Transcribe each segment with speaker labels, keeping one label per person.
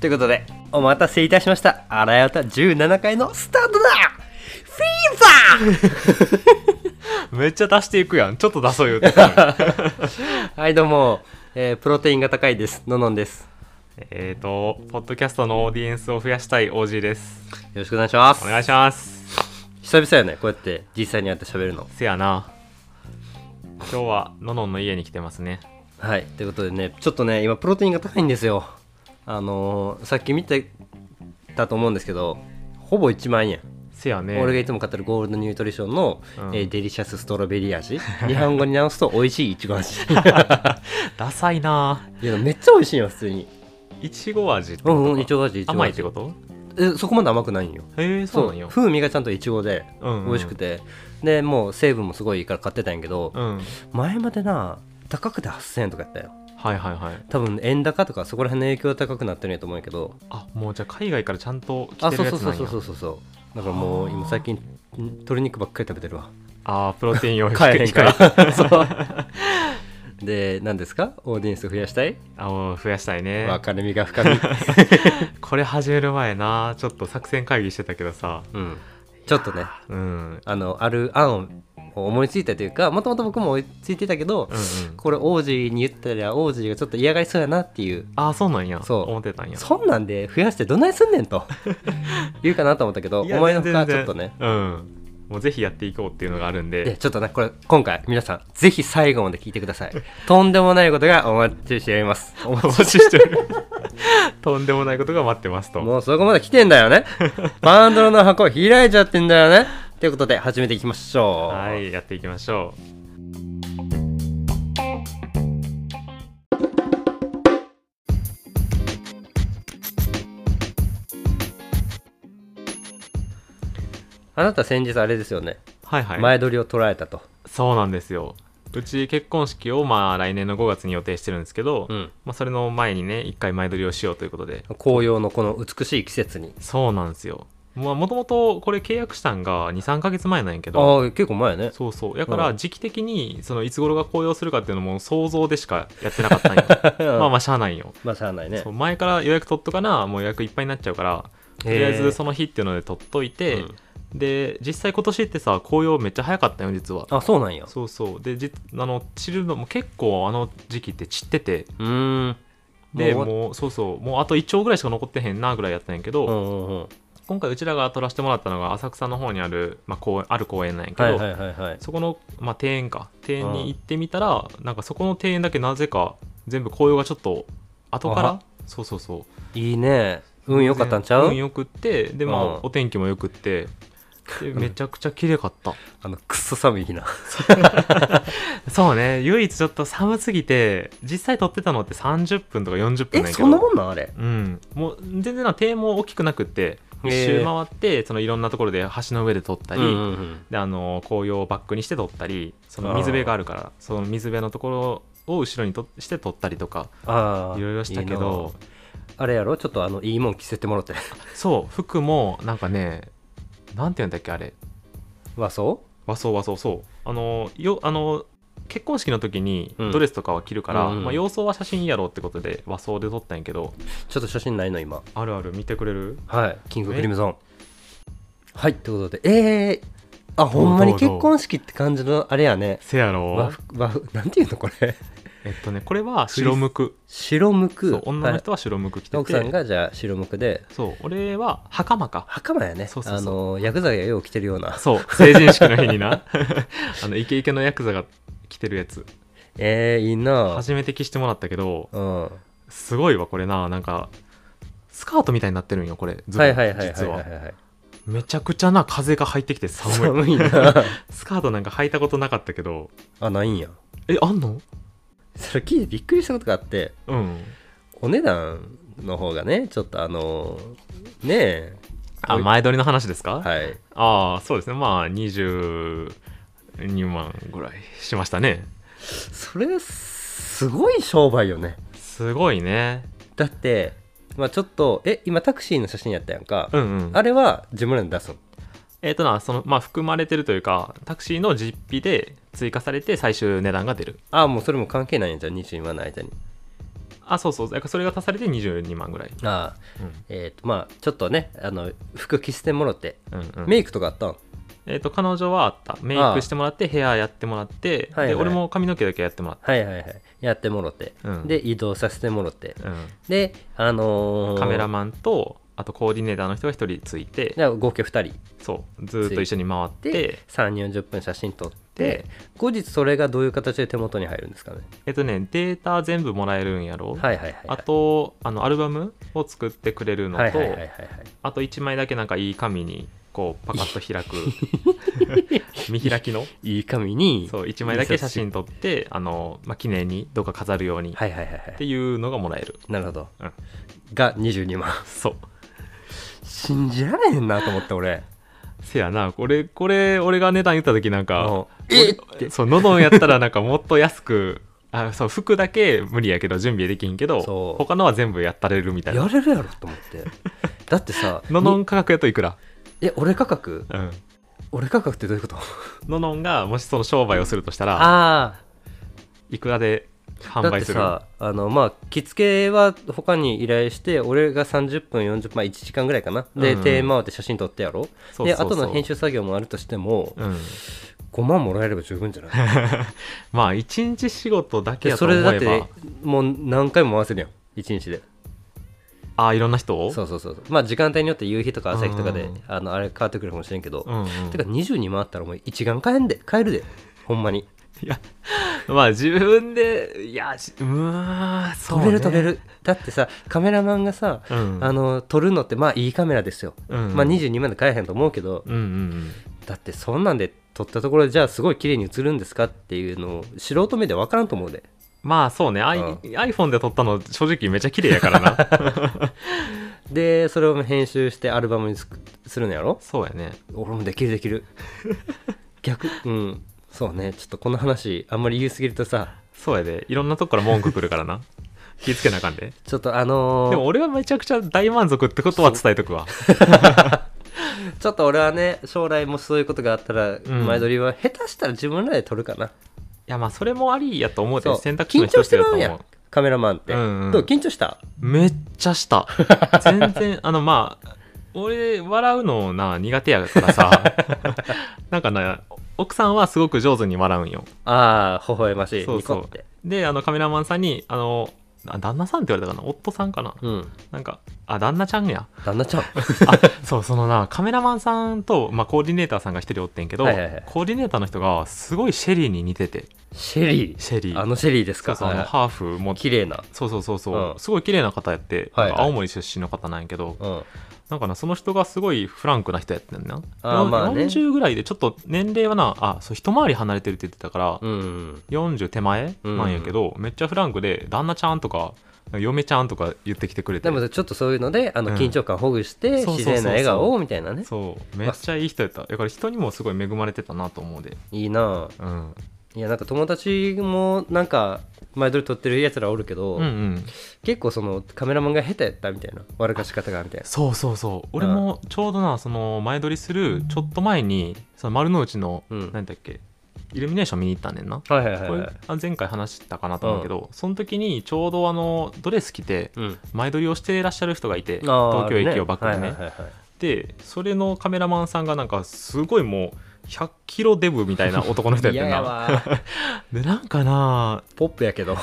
Speaker 1: ということでお待たせいたしました「あらやた17回」のスタートだフィーファー
Speaker 2: めっちゃ出していくやんちょっと出そうよって
Speaker 1: はいどうも、えープロテインが高いですののんです
Speaker 2: えっとポッドキャストのオーディエンスを増やしたい OG です
Speaker 1: よろしくお願いします
Speaker 2: お願いします
Speaker 1: 久々やねこうやって実際に会って喋るの
Speaker 2: せやな今日はののんの家に来てますね
Speaker 1: はいということでねちょっとね今プロテインが高いんですよあのーさっき見てたと思うんですけどほぼ1万円、
Speaker 2: せやね
Speaker 1: 俺がいつも買ってるゴールドニュートリションの、
Speaker 2: うん
Speaker 1: えーデリシャスストロベリー味日本語に直すと美味しいいちご 味
Speaker 2: ダサいない
Speaker 1: やめっちゃ美味しいよ普通に
Speaker 2: いちご味ってこ
Speaker 1: う
Speaker 2: とか
Speaker 1: んうんいちご味いちご味
Speaker 2: 甘いってこと
Speaker 1: えそこまで甘くないんよ
Speaker 2: へえそうなんよ
Speaker 1: 風味がちゃんといちごで
Speaker 2: うんうん
Speaker 1: 美味しくて、でもう成分もすごいいいから買ってたんやけど、
Speaker 2: うんはい
Speaker 1: 前までな高くて8000円とかやったよ
Speaker 2: はいはい
Speaker 1: 多分円高とかそこら辺の影響高くなってるんやと思うんやけど
Speaker 2: あもうじゃあ海外からちゃんと来
Speaker 1: あ
Speaker 2: て
Speaker 1: そ
Speaker 2: る
Speaker 1: う
Speaker 2: や
Speaker 1: そうそ
Speaker 2: つな
Speaker 1: うんそ
Speaker 2: や
Speaker 1: うそうそうだからもう今最近ん鶏肉ばっかり食べてるわ
Speaker 2: あープロテインを
Speaker 1: 買えへんから
Speaker 2: 控えて
Speaker 1: そうで何ですかオーディエンス増やしたい
Speaker 2: あもう増やしたいね
Speaker 1: 分かれ目が 深み、
Speaker 2: これ始める前なちょっと作戦会議してたけどさ
Speaker 1: うん、ちょっとね
Speaker 2: うんうん
Speaker 1: あのある案を思いついたというかもともと僕も思いついてたけど、
Speaker 2: うん
Speaker 1: これ王子に言ったら王子がちょっと嫌がりそうやなっていう
Speaker 2: あそうなんや
Speaker 1: そう
Speaker 2: 思ってたんや
Speaker 1: そんなんで増やしてどないすんねん と言うかなと思ったけど
Speaker 2: いや
Speaker 1: 思いのほか
Speaker 2: 全然
Speaker 1: ちょっとね
Speaker 2: うんもうぜひやっていこうっていうのがあるん
Speaker 1: で
Speaker 2: で
Speaker 1: ちょっとねこれ今回皆さんぜひ最後まで聞いてくだ さいとんでもないことがお待ちしております
Speaker 2: お待ちしてる とんでもないことが待ってますと
Speaker 1: もうそこまで来てんだ よねパンドラの箱開いちゃってんだよねということで始めていきましょう
Speaker 2: はいやっていきましょう
Speaker 1: あなた先日あれですよね、
Speaker 2: はいはい
Speaker 1: 前撮りを捉えたと、
Speaker 2: そうなんですようち結婚式をまあ来年の5月に予定してるんですけど、
Speaker 1: うん
Speaker 2: まあ、それの前にね一回前撮りをしようということで
Speaker 1: 紅葉のこの美しい季節に
Speaker 2: そうなんですよまあもともとこれ契約したんが23ヶ月前なんやけ
Speaker 1: ああ
Speaker 2: ど
Speaker 1: ー結構前やね
Speaker 2: そうそうだか
Speaker 1: う
Speaker 2: ら
Speaker 1: ん
Speaker 2: 時期的にそのいつ頃が紅葉するかっていうのも想像でしかやってなかった んよ まあまあしゃあないよ
Speaker 1: まあしゃあないね
Speaker 2: そう前から予約取っとかなもう予約いっぱいになっちゃうからとりあえずその日っていうので取っといて、
Speaker 1: うん
Speaker 2: で実際今年ってさ紅葉めっちゃ早かったよ実は
Speaker 1: あそうなんや
Speaker 2: そうそうでじあの散るのも結構あの時期って散ってて
Speaker 1: うーん
Speaker 2: で
Speaker 1: も
Speaker 2: も
Speaker 1: う
Speaker 2: うそうそうもうあと1丁ぐらいしか残ってへんなぐらいやったんやけど、
Speaker 1: うんうんうん
Speaker 2: 今回うちらが撮らせてもらったのが浅草の方にある、まあ、公園ある公園なんやけど、
Speaker 1: はいはいはいはい
Speaker 2: そこの、まあ、庭園か庭園に行ってみたら、なんかそこの庭園だけなぜか全部紅葉がちょっと後か
Speaker 1: あは
Speaker 2: らそうそうそう
Speaker 1: いいね運良かったんちゃう
Speaker 2: 運良くってでまあ、
Speaker 1: うん
Speaker 2: お天気も良くってでめちゃくちゃ綺麗かった
Speaker 1: あのくっそ寒い日な
Speaker 2: そうね唯一ちょっと寒すぎて実際撮ってたのって30分とか40分
Speaker 1: え
Speaker 2: なんやけど
Speaker 1: そんなもんなんあれ
Speaker 2: うん、もう全然な庭園も大きくなくって
Speaker 1: へ
Speaker 2: 一
Speaker 1: え
Speaker 2: 周回ってそのいろんなところで橋の上で撮ったり、
Speaker 1: うんうんうん
Speaker 2: であの紅葉をバックにして撮ったりその水辺があるからその水辺のところを後ろにとして撮ったりとか
Speaker 1: ああ
Speaker 2: いろいろしたけど
Speaker 1: いいなあれやろちょっとあのいいもん着せてもろて
Speaker 2: そう服もなんかねなんて言うんだっけあれ
Speaker 1: 和装
Speaker 2: 和装和装そうあのよあの結婚式の時に
Speaker 1: うん
Speaker 2: ドレスとかは着るから、
Speaker 1: うんうん
Speaker 2: まあ、洋装は写真やろうってことで和装で撮ったんやけど
Speaker 1: ちょっと写真ないの今
Speaker 2: あるある見てくれる
Speaker 1: はいキングクリムゾンはいってことでえー、あほんまに
Speaker 2: どうどう
Speaker 1: 結
Speaker 2: どう
Speaker 1: 婚式って感じのあれやね
Speaker 2: せや
Speaker 1: 和
Speaker 2: ろ
Speaker 1: 服和服なんていうのこれ
Speaker 2: えっとねこれは白むく
Speaker 1: 白む
Speaker 2: そ
Speaker 1: く
Speaker 2: う女の人は白むく着てて、
Speaker 1: はい奥さんがじゃあ白むくで
Speaker 2: そう俺は袴か
Speaker 1: 袴やね
Speaker 2: そうそうそ
Speaker 1: あ
Speaker 2: う
Speaker 1: のヤクザがよう着てるような
Speaker 2: そう 成人式の日にな あのイケイケのヤクザが着てるやつ
Speaker 1: えー、いいな
Speaker 2: 初めて着してもらったけど
Speaker 1: うんは
Speaker 2: すごいわこれななんかスカートみたいになってるんよこれ
Speaker 1: い
Speaker 2: ズボン
Speaker 1: はいはいはいはい
Speaker 2: 実
Speaker 1: は
Speaker 2: はい
Speaker 1: はい
Speaker 2: めちゃくちゃな風が入ってきて寒い
Speaker 1: 寒いな
Speaker 2: スカートなんか履いたことなかったけど
Speaker 1: あないんや
Speaker 2: えあんの
Speaker 1: それ聞いてびっくりしたことがあって
Speaker 2: うん
Speaker 1: お値段の方がねちょっとあのーねえ
Speaker 2: あ
Speaker 1: おい
Speaker 2: 前撮りの話ですか、
Speaker 1: はい
Speaker 2: ああそうですねまあ22万ぐらいしましたね
Speaker 1: それすごい商売よね
Speaker 2: すごいね
Speaker 1: だってまあちょっとえ今タクシーの写真やったやんか、
Speaker 2: うんうん
Speaker 1: あれは自分らで出すん
Speaker 2: えっ、となそのまあ含まれてるというかタクシーの実費で追加されて最終値段が出る
Speaker 1: ああもうそれも関係ないんやじゃあ22万の間に
Speaker 2: あそうそうだからそれが足されて22万ぐらい、
Speaker 1: ああ
Speaker 2: う
Speaker 1: えっ、とまあちょっとねあの服着せてもろって
Speaker 2: んうんうん
Speaker 1: メイクとかあったん
Speaker 2: えっと彼女はあったメイクしてもらってヘアやってもらって
Speaker 1: はいはい
Speaker 2: で俺も髪の毛だけやってもらっ
Speaker 1: はいはいはいやってもろって、
Speaker 2: うん
Speaker 1: で移動させてもろって
Speaker 2: た、うん
Speaker 1: であのー
Speaker 2: カメラマンとあとコーディネーターの人が1人ついて
Speaker 1: じゃあ合計2人
Speaker 2: そうずーっと一緒に回っ
Speaker 1: で
Speaker 2: て
Speaker 1: 3 4 0分写真撮って
Speaker 2: で
Speaker 1: 後日それがどういう形で手元に入るんですかね
Speaker 2: えっとねデータ全部もらえるんやろ、
Speaker 1: はいはいはいはい
Speaker 2: あとあのアルバムを作ってくれるのと、
Speaker 1: はいはいはいはいはい
Speaker 2: あと1枚だけなんかいい紙にこうパカッと開く 見開きの
Speaker 1: いい紙に
Speaker 2: そう1枚だけ写真撮ってあの、まあ、記念にどっか飾るようにっ
Speaker 1: はいはいはいはい
Speaker 2: ていうのがもらえる
Speaker 1: なるほど、
Speaker 2: うん
Speaker 1: が22万
Speaker 2: そう
Speaker 1: 信じられへんなと思って俺
Speaker 2: せやなこれこれ俺が値段言った時なんか
Speaker 1: もうえっって
Speaker 2: そうのどんやったらなんかもっと安くあそう服だけ無理やけど準備できんけど
Speaker 1: そう
Speaker 2: 他のは全部やったれるみたい
Speaker 1: や
Speaker 2: な
Speaker 1: れるやろと思ってだってさ
Speaker 2: のの
Speaker 1: に
Speaker 2: ん価格やといくら、
Speaker 1: え俺価格
Speaker 2: うん、
Speaker 1: 俺価格ってどういうこと
Speaker 2: ののんがもしその商売をするとしたら
Speaker 1: あ
Speaker 2: いくらで
Speaker 1: あだ
Speaker 2: 販
Speaker 1: って
Speaker 2: 売する
Speaker 1: さあのまあ着付けは他に依頼して俺が30分40分まあ1時間ぐらいかなで、
Speaker 2: うんうん
Speaker 1: テーマをって写真撮ってやろ
Speaker 2: そう
Speaker 1: で
Speaker 2: そうそう
Speaker 1: 後の編集作業もあるとしても、
Speaker 2: うん
Speaker 1: 5万もらえれば十分じゃない
Speaker 2: まあ一日仕事だ
Speaker 1: で
Speaker 2: けやと
Speaker 1: そ
Speaker 2: 思
Speaker 1: れ
Speaker 2: え
Speaker 1: だって
Speaker 2: ば
Speaker 1: もう何回も回せるやん1日で
Speaker 2: ああいろんな人を
Speaker 1: そうそうそうそうまあ時間帯によって夕日とか朝日とかで、
Speaker 2: うん
Speaker 1: あのあれ変わってくるかもしれんけど、
Speaker 2: うんうん
Speaker 1: てか22万あったらもう一眼買えんで買えるでほんまに
Speaker 2: いやまあ自分でいやしうーんそう
Speaker 1: 撮
Speaker 2: ね
Speaker 1: れる撮れる、だってさカメラマンがさ、
Speaker 2: うん
Speaker 1: あの撮るのってまあいいカメラですよ、
Speaker 2: うん
Speaker 1: まあ22万で買えへんと思うけど、
Speaker 2: うんうん
Speaker 1: だってそんなんで撮ったところでじゃあすごい綺麗に映るんですかっていうのを素人目で分からんと思うで
Speaker 2: まあそうね、アイ
Speaker 1: うん
Speaker 2: iPhone で撮ったの正直めちゃ綺麗やから な
Speaker 1: でそれを編集してアルバムにすくするのやろ
Speaker 2: そうやね
Speaker 1: 俺もできるでき る逆うんそうねちょっとこの話あんまり言いすぎるとさ
Speaker 2: そうやでいろんなとこから文句くるから な気ぃつけなあかんで
Speaker 1: ちょっとあのー
Speaker 2: でも俺はめちゃくちゃ大満足ってことは伝えとくわ
Speaker 1: ちょっと俺はね将来もそういうことがあったら
Speaker 2: ん
Speaker 1: 前撮りは下手したら自分らで撮るかな、
Speaker 2: いやまあそれもありやと思う
Speaker 1: そ
Speaker 2: で
Speaker 1: う
Speaker 2: 選択肢の
Speaker 1: 緊張
Speaker 2: 一
Speaker 1: し
Speaker 2: つ
Speaker 1: て
Speaker 2: や
Speaker 1: ま
Speaker 2: と
Speaker 1: う
Speaker 2: 思
Speaker 1: やん
Speaker 2: う
Speaker 1: カメラマンって、
Speaker 2: うんうん
Speaker 1: どう緊張した
Speaker 2: めっちゃした 全然あのまあ俺笑うのな苦手やから さなんかな奥さんはすごく上手に笑うんよ
Speaker 1: ああ微笑ましい
Speaker 2: そうそ
Speaker 1: ニコ
Speaker 2: う
Speaker 1: って
Speaker 2: であのカメラマンさんにあのあ旦那さんって言われたかな夫さんかな
Speaker 1: うん
Speaker 2: なんかあ旦那ちゃんや
Speaker 1: 旦那ちゃん
Speaker 2: あそうそのなカメラマンさんと、まあ、コーディネーターさんが一人おってんけど、
Speaker 1: はいはいはい
Speaker 2: コーディネーターの人がすごいシェリーに似てて
Speaker 1: シェリー
Speaker 2: シェリー
Speaker 1: あのシェリーです
Speaker 2: そ
Speaker 1: か
Speaker 2: うそうあの
Speaker 1: はい
Speaker 2: ハーフも
Speaker 1: 綺麗な
Speaker 2: そうそうそうそう、
Speaker 1: うん
Speaker 2: すごい綺麗な方やって、
Speaker 1: はいはい
Speaker 2: なんか青森出身の方なんやけど、
Speaker 1: うん
Speaker 2: なんかなその人がすごいフランクな人やってんな
Speaker 1: あーまあね
Speaker 2: 40ぐらいでちょっと年齢はなあそう一回り離れてるって言ってたから、
Speaker 1: うんうん
Speaker 2: 40手前なんやけど、めっちゃフランクで旦那ちゃんとか嫁ちゃんとか言ってきてくれて
Speaker 1: でもちょっとそういうのであの
Speaker 2: うん
Speaker 1: 緊張感ほぐして、
Speaker 2: そうそうそう
Speaker 1: 自
Speaker 2: そう
Speaker 1: 然な笑顔をみたいなね
Speaker 2: そうめっちゃいい人やっただから人にもすごい恵まれてたなと思うで
Speaker 1: いいなあ
Speaker 2: うん
Speaker 1: いやなんか友達もなんか前撮り撮ってるやつらおるけど、
Speaker 2: うんうん
Speaker 1: 結構そのカメラマンが下手やったみたいな悪かし方がみたいな
Speaker 2: そうそうそう俺もちょうどなその前撮りするちょっと前にその丸の内の、
Speaker 1: うん
Speaker 2: なんだっけイルミネーション見に行ったんねんな
Speaker 1: はいはいはい
Speaker 2: こ
Speaker 1: は
Speaker 2: れ
Speaker 1: い
Speaker 2: あ前回話したかなと思うけど、その時にちょうどあのドレス着て
Speaker 1: うん
Speaker 2: 前撮りをしてらっしゃる人がいて
Speaker 1: あー
Speaker 2: 東京駅をバックにね
Speaker 1: あるはいはいはいはい
Speaker 2: でそれのカメラマンさんがなんかすごいもう100キロデブみたいな男の人やって
Speaker 1: 嫌
Speaker 2: ん
Speaker 1: や
Speaker 2: な
Speaker 1: わ
Speaker 2: でなんかな
Speaker 1: ポップやけど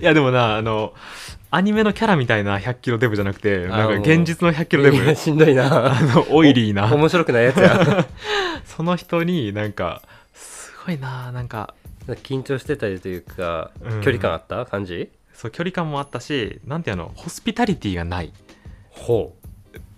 Speaker 2: いやでもなあのアニメのキャラみたいな100キロデブじゃなくてなん
Speaker 1: あ
Speaker 2: か
Speaker 1: ー
Speaker 2: 現実の100キロデ
Speaker 1: いや
Speaker 2: ブ
Speaker 1: しんどいな
Speaker 2: あのオイリーな
Speaker 1: 面白くないやつ や
Speaker 2: その人になんかすごいななんか
Speaker 1: 緊張してたりというか
Speaker 2: うん
Speaker 1: 距離感あった感じ
Speaker 2: そう距離感もあったしなんていうのホスピタリティがないっ
Speaker 1: ほ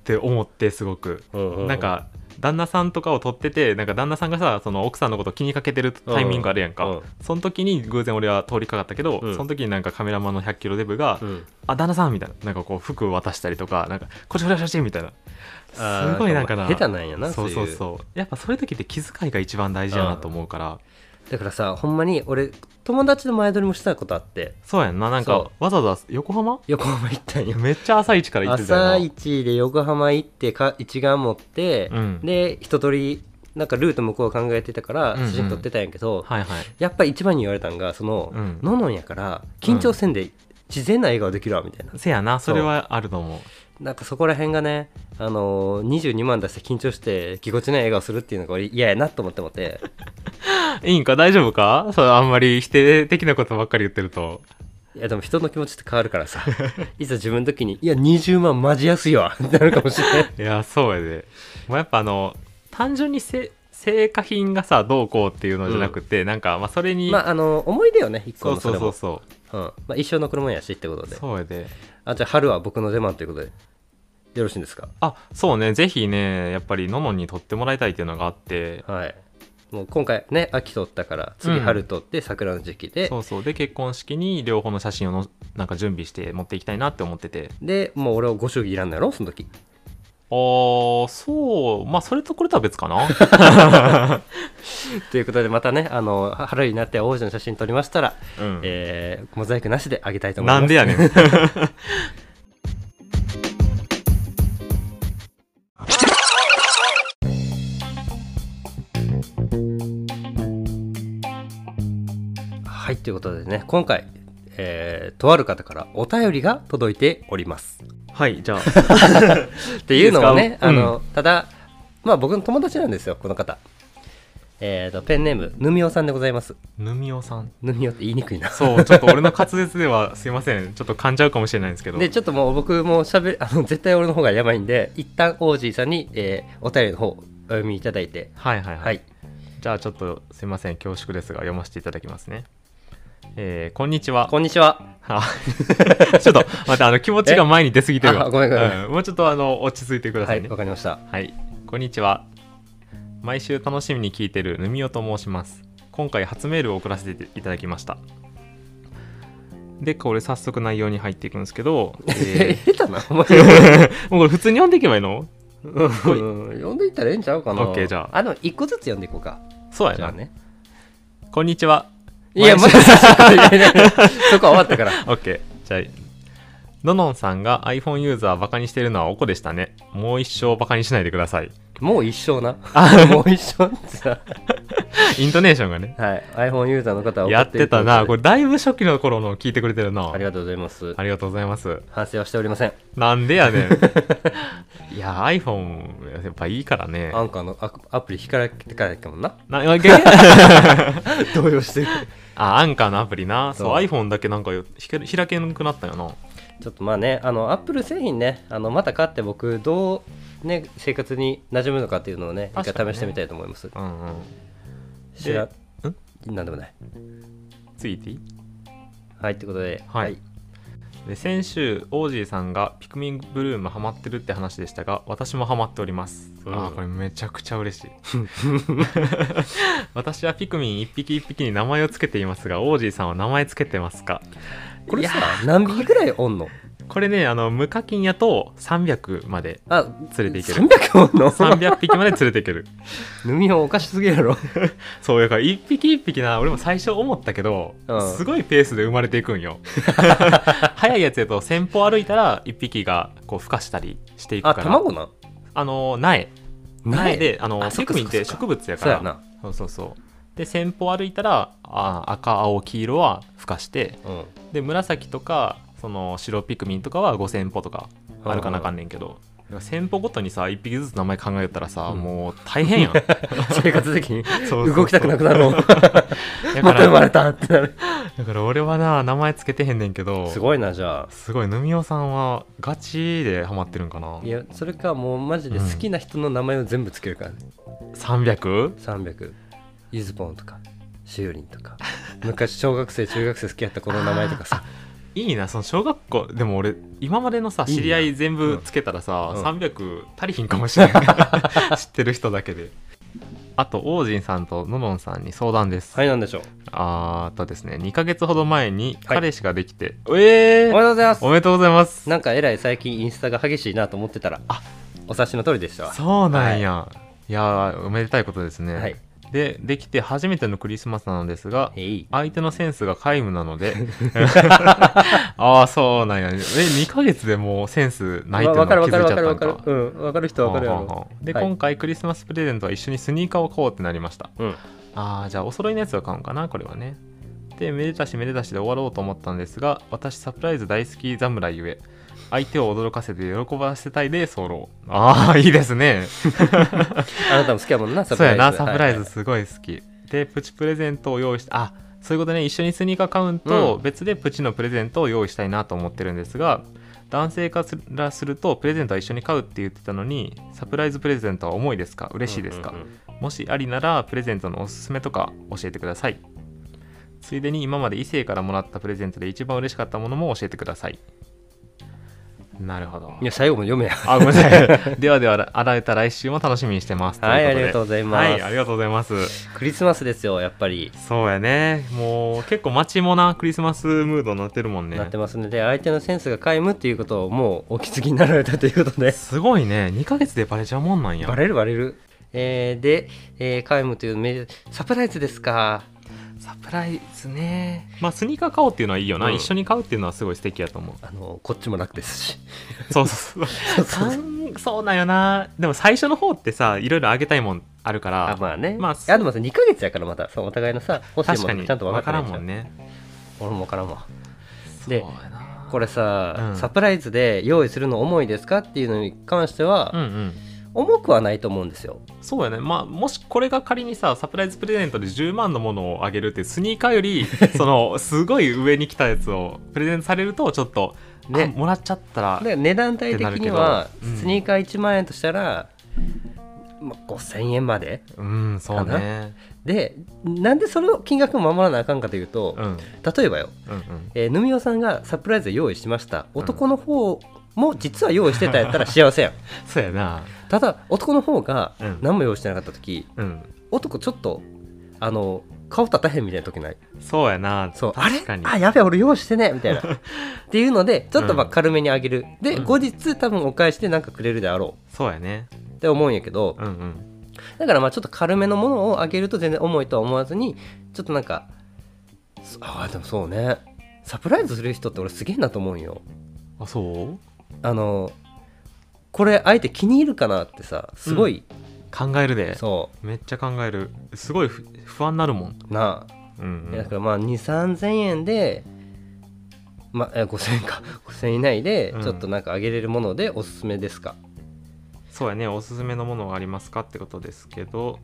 Speaker 2: て思ってすごく
Speaker 1: うう
Speaker 2: なんか旦那さんとかを撮っててなんか旦那さんがさその奥さんのこと気にかけてるタイミングあるやんか、
Speaker 1: うんうん
Speaker 2: その時に偶然俺は通りかかったけど、
Speaker 1: うん
Speaker 2: その時になんかカメラマンの100キロデブが「
Speaker 1: うん
Speaker 2: あ旦那さん」みたいななんかこう服を渡したりとか「なんかこっちこっちこっち」みたいな
Speaker 1: あー
Speaker 2: すごいなんかな
Speaker 1: 下手なんやな
Speaker 2: そうそう
Speaker 1: そう
Speaker 2: そうやっぱそういう時って気遣いが一番大事やなと思うから
Speaker 1: だからさほんまに俺友達の前撮りもしたことあって
Speaker 2: そうやんななんか
Speaker 1: そ
Speaker 2: わざわざ横浜
Speaker 1: 横浜行ったんよ
Speaker 2: めっちゃ朝一から行ってたよな
Speaker 1: 朝一で横浜行ってか一眼持って、
Speaker 2: うん
Speaker 1: で一通りなんかルート向こう考えてたから
Speaker 2: うんうん
Speaker 1: 写真撮ってたんやけど、
Speaker 2: はいはい
Speaker 1: やっぱ一番に言われたんがその、
Speaker 2: うん
Speaker 1: ののんやから緊張せんで自然な笑顔できるわみたいな、
Speaker 2: せやなそれはあると思う
Speaker 1: なんかそこら辺がね、あのー、22万出して緊張してぎこちない笑顔するっていうのが俺嫌やなと思って思 って
Speaker 2: いいんか大丈夫かそうあんまり否定的なことばっかり言ってると
Speaker 1: いやでも人の気持ちって変わるからさいざ自分の時に「いや20万マジ安いわ」ってなるかもしれない
Speaker 2: いやそうやで、まあ、やっぱあの単純にせ成果品がさどうこうっていうのじゃなくて、なんかまあそれに、
Speaker 1: まああの思い出よね一個
Speaker 2: そ
Speaker 1: のそうれ
Speaker 2: うそそう
Speaker 1: も
Speaker 2: そ
Speaker 1: うんまあ一生残るもんやしってこと
Speaker 2: う
Speaker 1: で
Speaker 2: そうやで
Speaker 1: あじゃあ春は僕の出番ということでよろしいんですか
Speaker 2: あそうねぜひねやっぱりののに撮ってもらいたいっていうのがあって
Speaker 1: はいもう今回ね秋取ったから次
Speaker 2: うん
Speaker 1: 春取って桜の時期で、
Speaker 2: そうそうで結婚式に両方の写真をのなんか準備して持っていきたいなって思ってて
Speaker 1: でもう俺はご祝儀いらんのやろその時
Speaker 2: あーそうまあそれとこれとは別か な
Speaker 1: ということでまたねあの春になって王子の写真撮りましたら、
Speaker 2: うん
Speaker 1: えーモザイクなしであげたいと思います
Speaker 2: なんでやねん
Speaker 1: はいということでね今回、えーとある方からお便りが届いております
Speaker 2: はいじゃあ
Speaker 1: っていうのも
Speaker 2: いいで
Speaker 1: ね
Speaker 2: すか
Speaker 1: あの、ただまあ僕の友達なんですよこの方えー、とペンネームぬみおさんでございます
Speaker 2: ぬみおさん
Speaker 1: ぬみおって言いにくいな
Speaker 2: そうちょっと俺の滑舌ではすいませんちょっと噛んじゃうかもしれないんですけど
Speaker 1: でちょっともう僕もしゃべあの絶対俺の方がやばいんで一旦オージーさんに、えーお便りの方お読みいただいて
Speaker 2: はいはいはい、
Speaker 1: はい
Speaker 2: じゃあちょっとすいません恐縮ですが読ませていただきますねえーこんにちは
Speaker 1: こんにちは
Speaker 2: あちょっと待ってあの気持ちが前に出過ぎてるわ
Speaker 1: えあごめんごめん
Speaker 2: うんもうちょっとあの落ち着いてくだ
Speaker 1: は
Speaker 2: さい
Speaker 1: い
Speaker 2: ね
Speaker 1: わかりました
Speaker 2: はい、こんにちは。毎週楽しみに聞いてるぬみおと申します。今回初メールを送らせていただきました。で、これ早速内容に入っていくんですけど、え
Speaker 1: え 下手なお前
Speaker 2: ーもうこれ普通に読んでいけばいいの
Speaker 1: うん読んでいったらええんちゃうかな
Speaker 2: オッケーじゃあ
Speaker 1: あでも一個ずつ読んでいこうか
Speaker 2: そうや
Speaker 1: じゃあ
Speaker 2: な。
Speaker 1: ね
Speaker 2: こんにちは。
Speaker 1: いや、ま
Speaker 2: 毎
Speaker 1: だ
Speaker 2: 週
Speaker 1: そこは終わったから。
Speaker 2: オッケー。じゃあ、ののんさんが iPhone ユーザーバカにしてるのはおこでしたね。もう一生バカにしないでください。
Speaker 1: もう一生な。もう一生ってさ。
Speaker 2: イントネーションがね。
Speaker 1: はい。iPhone ユーザーの方は 怒
Speaker 2: やってたな。
Speaker 1: ると
Speaker 2: こ
Speaker 1: いう
Speaker 2: れだいぶ初期の頃の聞いてくれてるな。
Speaker 1: とでありがとうございます。
Speaker 2: ありがとうございます。
Speaker 1: 反省はしておりません。
Speaker 2: なんでやねん。 いや、iPhone、やっぱいいからね。
Speaker 1: アンカーのアプアプリ引かれてからやっけもん な。
Speaker 2: なわけ
Speaker 1: 動揺してる。
Speaker 2: あ、アンカーのアプリな。そう、
Speaker 1: そう
Speaker 2: iPhone だけなんかよひけ開けなくなったよな。
Speaker 1: ちょっとまあね、あの、Apple 製品ね、あの、また買って僕、どう、ね、生活に馴染むのかっていうのをね、一
Speaker 2: 確か
Speaker 1: 回
Speaker 2: にね
Speaker 1: 試してみたいと思います。
Speaker 2: うんうん。
Speaker 1: 知らん
Speaker 2: でん。
Speaker 1: なんでもない。
Speaker 2: ついていい
Speaker 1: はい、ってことで、
Speaker 2: はいで先週、オージーさんがピクミンブルームハマってるって話でしたが、私もハマっております。
Speaker 1: うん
Speaker 2: あーこれめちゃくちゃ 嬉しい。私はピクミン一匹一匹に名前をつけていますが、オージーさんは名前つけてますか
Speaker 1: こ
Speaker 2: い
Speaker 1: れ
Speaker 2: や
Speaker 1: さ、何匹ぐらいおんの
Speaker 2: これね、あの、無課金やと300まで
Speaker 1: あ、
Speaker 2: 連れていける。
Speaker 1: 300おんの
Speaker 2: 300匹まで連れていける。
Speaker 1: ヌミホンおかしすぎるやろ。
Speaker 2: そうだから一匹一匹な俺も最初思ったけど、
Speaker 1: うん
Speaker 2: すごいペースで生まれていくん よ早いやつやと先方歩いたら一匹がこう孵化したりしていくか
Speaker 1: あ、
Speaker 2: ら
Speaker 1: 卵なん
Speaker 2: あの苗苗であの
Speaker 1: あそっ
Speaker 2: ピ
Speaker 1: か
Speaker 2: クミンって
Speaker 1: そっか
Speaker 2: 植物や
Speaker 1: そう
Speaker 2: から
Speaker 1: やな。
Speaker 2: そうそうそうで先方歩いたらあ赤青黄色は孵化して
Speaker 1: うん。
Speaker 2: で紫とかその白ピクミンとかは5000歩とかあるかなあかんねんけど、1000歩ごとにさ1匹ずつ名前考えよったらさ、
Speaker 1: うん
Speaker 2: もう大変 やん
Speaker 1: 生活的に
Speaker 2: そうそうそう
Speaker 1: 動きたくなくなるの。ま
Speaker 2: だか
Speaker 1: た
Speaker 2: ら
Speaker 1: 生まれたってなる。
Speaker 2: だから俺はな名前つけてへんねんけど
Speaker 1: すごいな、じゃあ。
Speaker 2: すごいぬみおさんはガチでハマってるんかない
Speaker 1: や、それか、もうマジで好きな人の名前を全部つけるからね。
Speaker 2: 300?
Speaker 1: 300。ゆずぽんとか、しおりんとか。昔、小学生、中学生好きやった子の名前とかさ。
Speaker 2: いいなその小学校でも俺今までのさ
Speaker 1: いいな
Speaker 2: 知り合い全部つけたらさ、
Speaker 1: うん
Speaker 2: 300足りひんかもしれない 知ってる人だけであと王子さんとののんさんに相談です、
Speaker 1: はい、なんでしょう。
Speaker 2: あーっとですね2ヶ月ほど前に
Speaker 1: はい
Speaker 2: 彼氏ができて、
Speaker 1: お
Speaker 2: え
Speaker 1: めで
Speaker 2: ー
Speaker 1: とうございます
Speaker 2: お。めでとうございます
Speaker 1: なんか、えらい最近インスタが激しいなと思ってたら、
Speaker 2: あ
Speaker 1: お察しの通りでしたわ。
Speaker 2: そうなんや、いやーおめでたいことですね、
Speaker 1: はい。
Speaker 2: でできて初めてのクリスマスなのですが
Speaker 1: へい
Speaker 2: 相手のセンスが皆無 なのでああそうなんやえ2ヶ月でもうセンスないって
Speaker 1: わ
Speaker 2: いうの
Speaker 1: わかる
Speaker 2: が
Speaker 1: わか
Speaker 2: 気づ
Speaker 1: る
Speaker 2: い
Speaker 1: わ
Speaker 2: ちゃっ
Speaker 1: かる
Speaker 2: た
Speaker 1: わ
Speaker 2: ん
Speaker 1: か
Speaker 2: か
Speaker 1: るうんわかる人はわかるや
Speaker 2: はあはあ
Speaker 1: ろ
Speaker 2: はあで、
Speaker 1: はい
Speaker 2: 今回クリスマスプレゼントは一緒にスニーカーを買おうってなりました
Speaker 1: うん
Speaker 2: ああじゃあお揃いのやつを買うんかなこれはねでめでたしめでたしで終わろうと思ったんですが私サプライズ大好き侍ゆえ相手を驚かせて喜ばせたいで候ああいいですね
Speaker 1: あなたも好きやもんなサプ
Speaker 2: そう
Speaker 1: ライ
Speaker 2: や
Speaker 1: ズ
Speaker 2: なサプライ
Speaker 1: は
Speaker 2: ズ
Speaker 1: い
Speaker 2: すごい好き、でプチプレゼントを用意してあそういうことね一緒にスニーカー買うんと、
Speaker 1: うん
Speaker 2: 別でプチのプレゼントを用意したいなと思ってるんですが男性からするとプレゼントは一緒に買うって言ってたのにサプライズプレゼントは重いですか嬉しいですか、
Speaker 1: うんうんうん
Speaker 2: もしありならプレゼントのおすすめとか教えてくださいついでに今まで異性からもらったプレゼントで一番嬉しかったものも教えてくださいなるほど
Speaker 1: いや最後も読 めや
Speaker 2: あごめんなさい ではでは洗えた来週も楽しみにしてますというこ
Speaker 1: は
Speaker 2: と
Speaker 1: い
Speaker 2: で
Speaker 1: ありがとうございます、
Speaker 2: はい、ありがとうございます。
Speaker 1: クリスマスですよやっぱり、
Speaker 2: そうやね。もう結構街もな、クリスマスムードになってるもんね。
Speaker 1: なってますので相手のセンスが皆無っていうことをもうお気づきになられたということです
Speaker 2: ごいね。2ヶ月でバレちゃうもんなんや。
Speaker 1: バレるバレる、えーで、えー、皆無というメールサプライズですか
Speaker 2: サプライズね。まあスニーカー買おうっていうのはいいよな。
Speaker 1: うん
Speaker 2: 一緒に買うっていうのはすごい素敵やと思
Speaker 1: あのこっちも楽ですし
Speaker 2: う。そうそう そう。
Speaker 1: そう
Speaker 2: 三そうなんよな。でも最初の方ってさ、いろいろあげたいもんあるから。
Speaker 1: あまあね、ま
Speaker 2: まあ
Speaker 1: あ、
Speaker 2: そう
Speaker 1: でもさ2ヶ月やからまたそうお互いのさ欲しい
Speaker 2: 確
Speaker 1: も
Speaker 2: か
Speaker 1: の
Speaker 2: に
Speaker 1: ちゃんと分
Speaker 2: 分
Speaker 1: か
Speaker 2: か
Speaker 1: って
Speaker 2: らん
Speaker 1: ない
Speaker 2: もん
Speaker 1: ね
Speaker 2: ね。
Speaker 1: 俺も分からんわで
Speaker 2: そうやな
Speaker 1: これさ、
Speaker 2: うん
Speaker 1: サプライズで用意するの重いですかっていうのに関しては、
Speaker 2: うんうん。
Speaker 1: 重くはないと思うんですよ
Speaker 2: そうやね、まあ、もしこれが仮にさサプライズプレゼントで10万のものをあげるってスニーカー よりそのすごい上に来たやつをプレゼントされるとちょっと、ね、
Speaker 1: ね
Speaker 2: もらっちゃったら
Speaker 1: で値段帯的には
Speaker 2: ってなるけどうん
Speaker 1: スニーカー1万円としたら、まあ、5000円まで
Speaker 2: うんそうね
Speaker 1: でなんでその金額を守らなあかんかというと、
Speaker 2: うんうん
Speaker 1: 例えばよ、
Speaker 2: うん
Speaker 1: えー、ヌミオさんがサプライズで用意しました男の方も実は用意してたやったら幸せやん
Speaker 2: そうやな
Speaker 1: ただ男の方が
Speaker 2: うん
Speaker 1: 何も用意してなかった時、
Speaker 2: うん
Speaker 1: 男ちょっとあの顔立たへんみたいな時ない
Speaker 2: そうやな
Speaker 1: そうあれ
Speaker 2: 確かに
Speaker 1: あやべえ俺用意してねみたい なっていうのでちょっとまあ
Speaker 2: うん
Speaker 1: 軽めにあげる、で
Speaker 2: うん
Speaker 1: 後日多分お返しでなんかくれるであろ
Speaker 2: そうやね
Speaker 1: うって思うんやけど
Speaker 2: うんうん
Speaker 1: だからまあちょっと軽めのものをあげると全然重いとは思わずにちょっとなんかそあーでもそうねサプライズする人って俺すげえなと思うんよ
Speaker 2: あそう
Speaker 1: あのこれ相手気に入るかなってさすごい、
Speaker 2: 考えるで
Speaker 1: そ
Speaker 2: めっちゃ考えるすごいふ不安になるもん、
Speaker 1: うなあ、
Speaker 2: うんう
Speaker 1: だ
Speaker 2: ん、
Speaker 1: からまあ2 3 0 0円で、ま、え5000円か5000円以 内で
Speaker 2: うん
Speaker 1: ちょっとなんかあげれるものでおすすめですか、
Speaker 2: そうやねおすすめのものはありますかってことですけど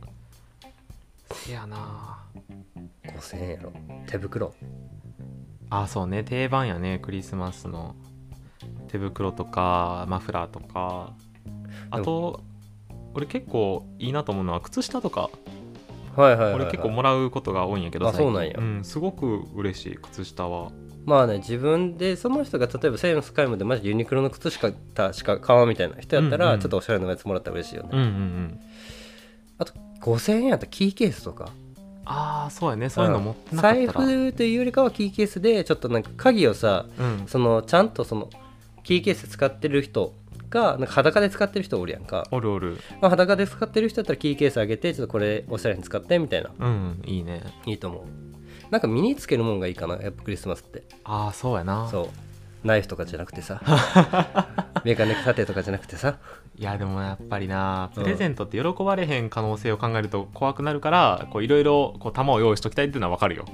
Speaker 2: せやな
Speaker 1: 5000円やろ手袋
Speaker 2: あそうね定番やねクリスマスの手袋とかマフラーとかあと俺結構いいなと思うのは靴下とか
Speaker 1: はいはいはい、はい、
Speaker 2: 俺結構もらうことが多いんやけど
Speaker 1: あそうなんや
Speaker 2: ん、すごく嬉しい靴下は
Speaker 1: まあね自分でその人が例えばセームスカイムでマジユニクロの靴しかたしか買わんみたいな人やった
Speaker 2: うん
Speaker 1: ら、
Speaker 2: うん
Speaker 1: ちょっとおしゃれなやつもらったら嬉しいよね、
Speaker 2: うんうんうん
Speaker 1: あと5000円やったらキーケースとか
Speaker 2: ああそうやねそういうの持ってなかったら
Speaker 1: 財布というよりかはキーケースでちょっとなんか鍵をさ
Speaker 2: うん
Speaker 1: そのちゃんとそのキーケース使ってる人がなんか裸で使ってる人おるやんか、
Speaker 2: おるおる
Speaker 1: まあ、裸で使ってる人だったらキーケースあげてちょっとこれおしゃれに使ってみたいな
Speaker 2: うんいいね
Speaker 1: いいと思うなんか身につけるもんがいいかなやっぱクリスマスって
Speaker 2: ああそうやな
Speaker 1: そうナイフとかじゃなくて さメガネ立てとかじゃなくてさ
Speaker 2: いやでもやっぱりな
Speaker 1: うん
Speaker 2: プレゼントって喜ばれへん可能性を考えると怖くなるからこういろいろこう弾を用意しときたいっていうのは分かるよ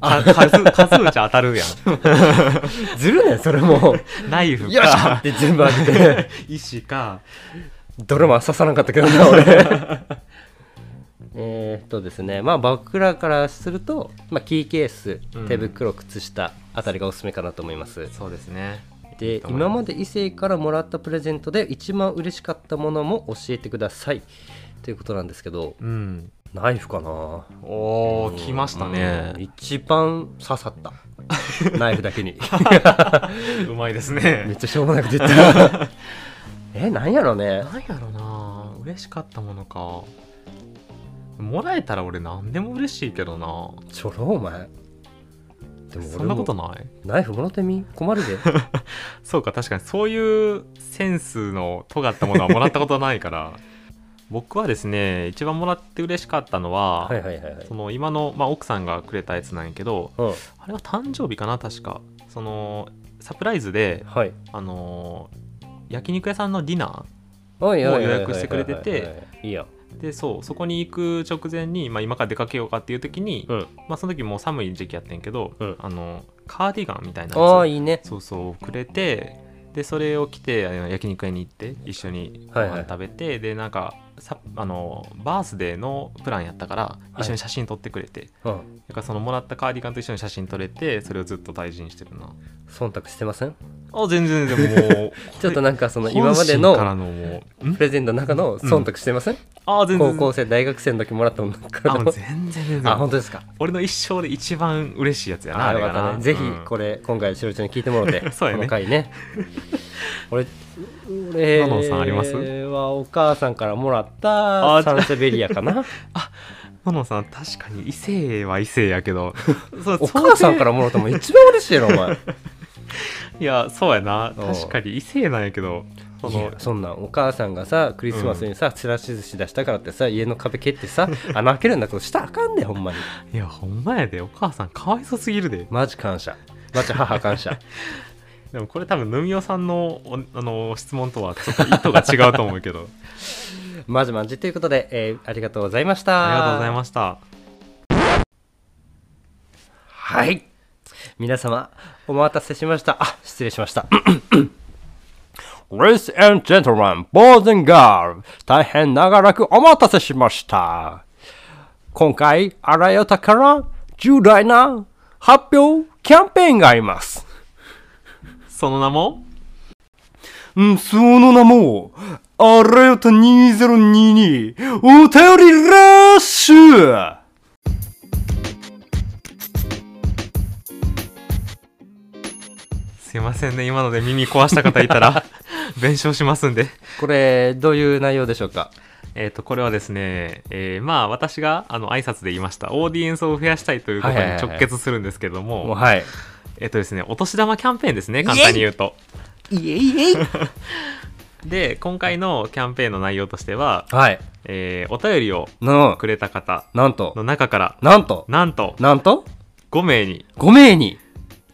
Speaker 2: か数 数打ち当たるや ん
Speaker 1: ずるねんそ れも
Speaker 2: ナイフ
Speaker 1: よっしゃっ
Speaker 2: か
Speaker 1: て全部あげ て
Speaker 2: 石か
Speaker 1: どれも刺さなかったけどな俺えーっとですねまあ僕らからすると、まあ、キーケース
Speaker 2: うん
Speaker 1: 手袋靴下あたりがおすすめかなと思います、
Speaker 2: そうですね
Speaker 1: で
Speaker 2: と思います
Speaker 1: 今まで異性からもらったプレゼントで一番嬉しかったものも教えてくださいということなんですけど
Speaker 2: うん
Speaker 1: ナイフかな
Speaker 2: おお来ました
Speaker 1: うん
Speaker 2: ね
Speaker 1: 一番刺さった ナイフだけに
Speaker 2: うまいです
Speaker 1: めっ
Speaker 2: ね
Speaker 1: ちゃしょうもなく出たえなんやろね
Speaker 2: なんやろな嬉しかったものかもらえたら俺何でも嬉しいけどな
Speaker 1: ちょろお前でも俺も
Speaker 2: そんなことない
Speaker 1: ナイフもろてみ困るで
Speaker 2: そうか確かにそういうセンスの尖ったものはもらったことないから僕はですね一番もらって嬉しかったのは、
Speaker 1: はいはいはいはい
Speaker 2: その今の、まあ、奥さんがくれたやつなんやけど
Speaker 1: うん
Speaker 2: あれは誕生日かな確かそのサプライズで、
Speaker 1: はい
Speaker 2: あのー焼肉屋さんのディナ
Speaker 1: おいおいおいおいおい
Speaker 2: もう予約してくれてて
Speaker 1: いいやん
Speaker 2: ーでそうそこに行く直前に、まあ、今から出かけようかっていう時に、
Speaker 1: うん
Speaker 2: まあ、その時もう寒い時期やってんけど、
Speaker 1: うん
Speaker 2: あのカーディガンみたいな
Speaker 1: ああ
Speaker 2: や
Speaker 1: いいね
Speaker 2: つそうそうくれてでそれを着てあの焼肉屋に行って一緒にご
Speaker 1: はいはい
Speaker 2: 飯食べて、でなんかさあのバースデーのプランやったから
Speaker 1: い
Speaker 2: 一緒に写真撮ってくれて、
Speaker 1: うん
Speaker 2: だからそのもらったカーディガンと一緒に写真撮れてそれをずっと大事にしてるな
Speaker 1: 忖度してません
Speaker 2: あ全然全然もう
Speaker 1: ちょっとなんかそ
Speaker 2: こ
Speaker 1: の
Speaker 2: れ
Speaker 1: 今まで
Speaker 2: 本心から
Speaker 1: の
Speaker 2: のもうん
Speaker 1: プレゼントの中の忖度してません
Speaker 2: あ全
Speaker 1: 高
Speaker 2: 然
Speaker 1: 校生大学生の時もらったものから
Speaker 2: あ
Speaker 1: の
Speaker 2: 全然全
Speaker 1: あ本
Speaker 2: 然
Speaker 1: 当ですか
Speaker 2: 俺の一生で一番嬉しいやつやな
Speaker 1: あ
Speaker 2: あ
Speaker 1: よ
Speaker 2: れ
Speaker 1: か
Speaker 2: か
Speaker 1: った
Speaker 2: な
Speaker 1: ねぜひ
Speaker 2: うん
Speaker 1: これ今回しおりちゃんに聞いてもらって
Speaker 2: そうやね
Speaker 1: この回ね俺俺
Speaker 2: マノンさんあります
Speaker 1: はお母さんからもらった
Speaker 2: あ
Speaker 1: サンセベリアか な
Speaker 2: ののさん確かに異性は異性や けどそう
Speaker 1: お母さんかららもらったもん一番嬉しいやろお前
Speaker 2: いやそうやな
Speaker 1: うん
Speaker 2: 確かに異性なんやけど そ
Speaker 1: い
Speaker 2: の
Speaker 1: やそんなんお母さんがさクリスマスにさちらし寿司出したからってさ家の壁蹴って さ穴開けるんだけどしたらあかんねんほんまに
Speaker 2: いやほんまやでお母さんかわいそうすぎるで
Speaker 1: マジ感謝マジ母感 謝
Speaker 2: でもこれ多分ぬみおさんのおあの質問とはちょっと意図が違うと思う けど
Speaker 1: マジマジということで、えーありがとうございました
Speaker 2: ありがとうございました
Speaker 1: はい。皆様、お待たせしました。あ、失礼しました。Ladies and gentlemen, boys and girls, 大変長らくお待たせしました。今回、あらよたから重大な発表キャンペーンがあります。
Speaker 2: その名も
Speaker 1: うん、その名も、あらよた2022お便りラッシュ
Speaker 2: すいませんね今ので耳壊した方い たら弁償しますんで
Speaker 1: これ、どういう内容でしょうか
Speaker 2: えっ、とこれはですね、えーまあ私があの挨拶で言いましたオーディエンスを増やしたいということに
Speaker 1: はいはいはいはい
Speaker 2: 直結するんですけども、
Speaker 1: もうはい。
Speaker 2: えっ、とですねお年玉キャンペーンですね簡単に言うと
Speaker 1: いえいえい。
Speaker 2: で今回のキャンペーンの内容としては、
Speaker 1: はい。
Speaker 2: えーお便りを
Speaker 1: の、
Speaker 2: くれた方
Speaker 1: なんと、
Speaker 2: の中から
Speaker 1: なんと、
Speaker 2: なんと
Speaker 1: なんと、
Speaker 2: 5名に
Speaker 1: 5名に、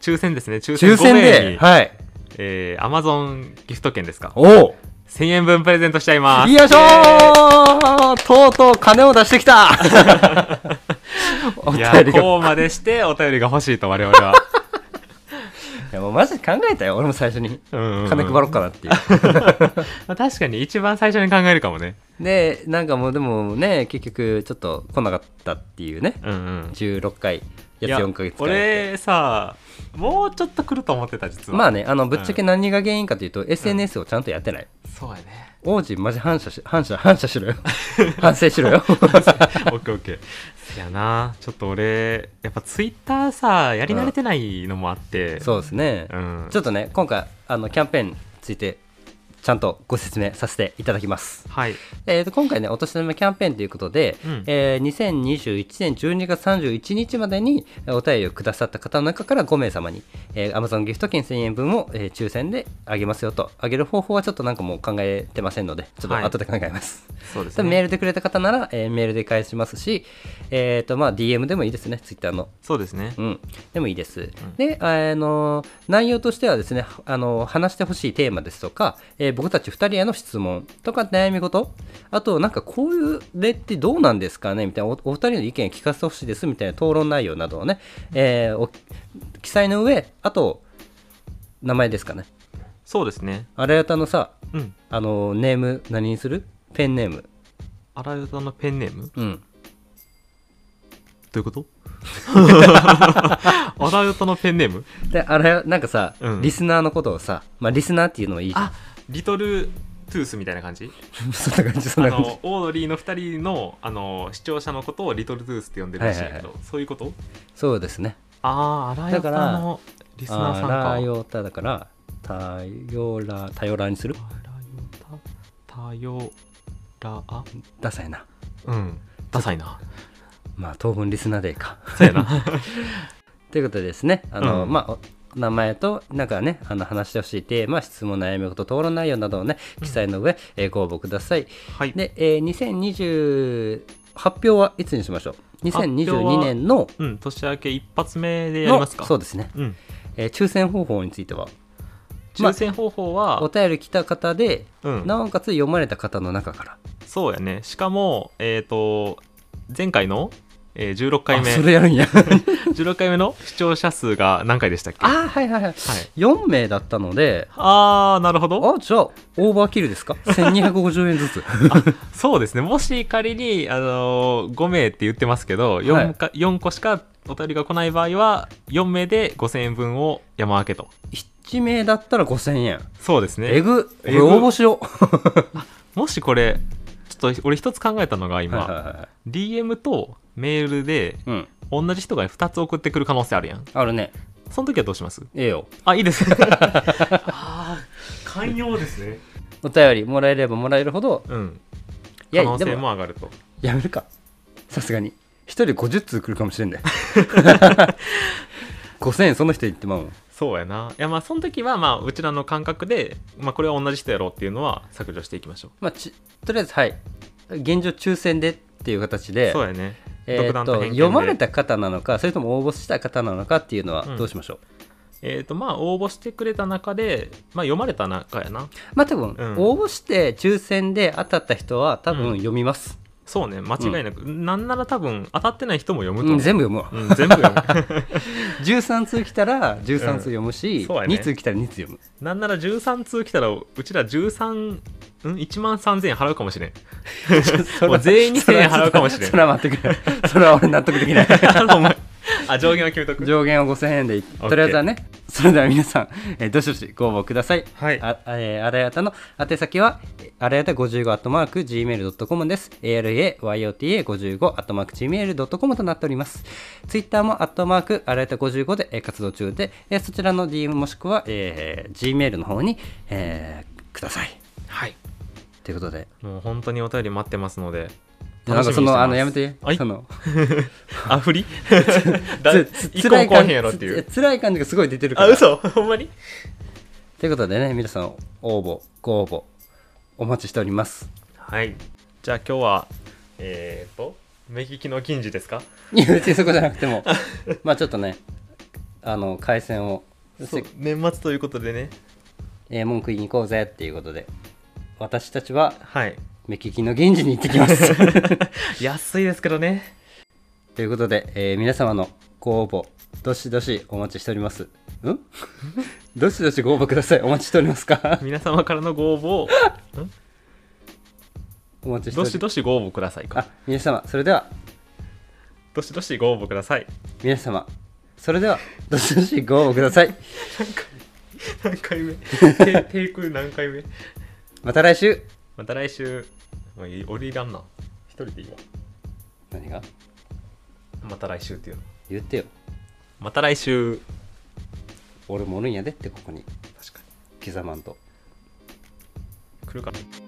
Speaker 2: 抽選ですね抽選
Speaker 1: 抽
Speaker 2: 5
Speaker 1: 選
Speaker 2: 名に
Speaker 1: で、はい。
Speaker 2: えー Amazon ギフト券ですか
Speaker 1: おお
Speaker 2: 1000円分プレゼントしちゃいます
Speaker 1: よいしょ
Speaker 2: イエーイ
Speaker 1: ーとうとう金を出してきたお
Speaker 2: い
Speaker 1: 便
Speaker 2: や
Speaker 1: りが。い
Speaker 2: こうまでしてお便りが欲しいと我 々は
Speaker 1: や、もうマジで考えたよ、俺も最初に。
Speaker 2: 金
Speaker 1: 金配ろうかなっていう。
Speaker 2: まあ確かに一番最初に考えるかもね
Speaker 1: で、なんかもうでもね、結局ちょっと来なかったっていうね。
Speaker 2: うんうん
Speaker 1: 16回、
Speaker 2: い
Speaker 1: やつ4ヶ月間やって。
Speaker 2: 俺さもうちょっと来ると思ってた実は
Speaker 1: まあね、あの、ぶっちゃけ何が原因かというと、SNS をちゃんとやってない。
Speaker 2: そうやね
Speaker 1: 王子マジ反射し、反射、反射しろよ。反省し ろよ。
Speaker 2: オッケーオッケーせやなちょっと俺やっぱツイッターさやり慣れてないのもあって、
Speaker 1: そうですね。
Speaker 2: うん
Speaker 1: ちょっとね、今回、あの、キャンペーンについて、ちゃんとご説明させていただきます。
Speaker 2: はい
Speaker 1: えーと、今回ね、お年玉キャンペーンということで、
Speaker 2: うん
Speaker 1: えー2021年12月31日までにえーお便りをくださった方の中から5名様に、えー Amazon ギフト券1000円分を、えー抽選であげますよと。あげる方法はちょっとなんかもう考えてませんので、ちょっと
Speaker 2: はい
Speaker 1: 後で考えます。
Speaker 2: そうです
Speaker 1: 多分メ
Speaker 2: ね
Speaker 1: ールでくれた方なら、えーメールで返しますし、えーと、まあ、DM でもいいですね、Twitter の。
Speaker 2: そうですね
Speaker 1: うん、でもいいです。で、あの、内容としてはですね、あの、話してほしいテーマですとか、えー僕たち2人への質問とか悩み事、あと、なんかこういう例ってどうなんですかねみたいな、おお二人の意見聞かせてほしいですみたいな討論内容などをね、えーお記載の上、あと、名前ですかね。
Speaker 2: そうですね
Speaker 1: あらやたのさ、
Speaker 2: うん
Speaker 1: あの、ネーム何にするペンネーム。
Speaker 2: アラユタのペンネームど
Speaker 1: うん。
Speaker 2: ういうこと アラユタのペンネーム
Speaker 1: で、あらや、なんかさ、
Speaker 2: うん
Speaker 1: リスナーのことをさ、まあ、リスナーっていうのもいいじゃん。
Speaker 2: あリトルトゥースみたいな感じ
Speaker 1: そんな感じ、そ
Speaker 2: あ
Speaker 1: んな感じ。
Speaker 2: のオードリーの2人のあの視聴者のことをリトルトゥースって呼んでるらしいけど、
Speaker 1: はいはい
Speaker 2: そういうこと
Speaker 1: そうですね。
Speaker 2: ああ、あら
Speaker 1: だ
Speaker 2: や
Speaker 1: か
Speaker 2: た
Speaker 1: ら
Speaker 2: のリスナーさんか。
Speaker 1: あらよただから、たよら、たよらにする
Speaker 2: あらよた、たよらあ。
Speaker 1: ダサいな。
Speaker 2: うん。ダサいな。
Speaker 1: まあ、当分リスナーデーか。
Speaker 2: そうやな。
Speaker 1: ということでですね、あの、
Speaker 2: うん
Speaker 1: まあ、お名前と、なんかね、あの話してほしいテーマ、質問、悩み事、討論内容などをね、記載の上、えーご応募ください。
Speaker 2: はい。
Speaker 1: で、えー2020、発表はいつにしましょう
Speaker 2: 発表は
Speaker 1: ?2022 年の、
Speaker 2: うん、年明け一発目でやり
Speaker 1: の
Speaker 2: ますか。
Speaker 1: そうですね、
Speaker 2: うん。
Speaker 1: えー抽選方法については、まあ
Speaker 2: 抽選方法
Speaker 1: お
Speaker 2: は、
Speaker 1: 便り来た方で、
Speaker 2: うん、
Speaker 1: なおかつ読まれた方の中から、
Speaker 2: そうやね。しかも、えっ、と、前回の、えー、16回
Speaker 1: あ
Speaker 2: 目
Speaker 1: そ、れやるん や。
Speaker 2: 16回目の視聴者数が何回でしたっけ
Speaker 1: あーはいはいはい。
Speaker 2: はい
Speaker 1: 4名だったので、
Speaker 2: あー、なるほど。
Speaker 1: あ、じゃあ、オーバーキルですか ?1250 円ずつ。
Speaker 2: そうですね。もし仮に、あのー、5名って言ってますけど、4, か、4個しかお便りが来ない場合は、4名で5000円分を山分けと。
Speaker 1: 1名だったら5000円。
Speaker 2: そうですね。
Speaker 1: えぐ。こ
Speaker 2: え
Speaker 1: れ
Speaker 2: ぐ
Speaker 1: 応募しよう。
Speaker 2: もしこれちょっと俺一つ考えたのが今、
Speaker 1: はいはいはい。
Speaker 2: DM とメールで
Speaker 1: うん。
Speaker 2: 同じ人が2つ送ってくる可能性あるやん
Speaker 1: あるね。
Speaker 2: その時はどうします
Speaker 1: ええよ。
Speaker 2: あいいですあ寛容ですね
Speaker 1: お便りもらえればもらえるほど、
Speaker 2: うん
Speaker 1: い
Speaker 2: 可
Speaker 1: や、
Speaker 2: 能
Speaker 1: で
Speaker 2: 性
Speaker 1: も、
Speaker 2: も上がると
Speaker 1: やめるか。さすがに。1人50通来るかもしれんね。5000円その人言ってまうもん。
Speaker 2: そうやないやまあその時はまあうちらの感覚で、まあ、これは同じ人やろうっていうのは削除していきましょ
Speaker 1: まあ、ちとりあえず、はい。現状、抽選でっていう形
Speaker 2: う、
Speaker 1: で、
Speaker 2: そうやね
Speaker 1: えー
Speaker 2: 独断と
Speaker 1: と
Speaker 2: 偏見で
Speaker 1: 読まれた方なのか、それとも応募した方なのかっていうの
Speaker 2: う
Speaker 1: は
Speaker 2: ん
Speaker 1: どうしましょう、
Speaker 2: えっ、とまあ応募してくれた中でまあ読まれた中やな
Speaker 1: まあ多分、
Speaker 2: うん
Speaker 1: 応募して抽選で当たった人は多
Speaker 2: うん
Speaker 1: 分読みます、
Speaker 2: そうね間違いなく、なんなら多分当たってない人も読む
Speaker 1: う
Speaker 2: と
Speaker 1: ん
Speaker 2: 思う、
Speaker 1: 全部読むわ
Speaker 2: うん全部読む
Speaker 1: 13通来たら13通読むし、
Speaker 2: うんそうやね
Speaker 1: 2通来たら2通読む
Speaker 2: なんなら13通来たらうちら13うん1万3000円払うかも しれんもう全員に1000円払うかもしれん
Speaker 1: それはそれは待ってくれそれは俺納得でき ない
Speaker 2: あお前あ上限は決めとく
Speaker 1: 上限を5000円で
Speaker 2: ケー
Speaker 1: とりあえずはねそれでは皆さん、えーどしどしご応募ください
Speaker 2: はい
Speaker 1: あえーあらやたの宛先はえーあらやた55アットマーク gmail.com です ARAYOTA55 アットマーク gmail.com となっておりますツイッターもアットマークあらやた55でえー活動中で、えーそちらの DM もしくは、えー gmail の方に、えーください
Speaker 2: はい
Speaker 1: ということで
Speaker 2: もう本当にお便り待ってますので
Speaker 1: なんかそのあのやめて
Speaker 2: はい
Speaker 1: その
Speaker 2: あ ふりだ
Speaker 1: つ
Speaker 2: 一個も来へんやろってい
Speaker 1: つ
Speaker 2: う
Speaker 1: つ辛い感じがすごい出てるか
Speaker 2: あ
Speaker 1: ら
Speaker 2: 嘘ほんまに
Speaker 1: ということでね皆さん応募ご応募お待ちしております
Speaker 2: はいじゃあ今日はえっ、ー、と目利きの禁止ですか
Speaker 1: いや別にそこじゃなくてもまあちょっとねあの回線を、
Speaker 2: そう年末ということでね
Speaker 1: えー文句言いに行こうぜっていうことで私たちは
Speaker 2: はい
Speaker 1: 目利きの源氏に行ってきます
Speaker 2: 安いですけどね
Speaker 1: ということで、えー皆様のご応募どしどしお待ちしておりますんどしどしご応募くださいお待ちしております か
Speaker 2: 皆様からのご応募をん
Speaker 1: お待ちしてお
Speaker 2: ど
Speaker 1: り
Speaker 2: しどしご応募くださいか
Speaker 1: あ皆様それでは
Speaker 2: どしどしご応募ください
Speaker 1: 皆様それではどしどしご応募ください
Speaker 2: 何回 目テテイク何回目
Speaker 1: また来週
Speaker 2: また来週もういい俺いらんな一人でいいわ
Speaker 1: 何が
Speaker 2: また来週っていうの
Speaker 1: 言ってよ
Speaker 2: また来週
Speaker 1: 俺もおるんやでってここに
Speaker 2: 確か
Speaker 1: 刻まんと
Speaker 2: に来るかな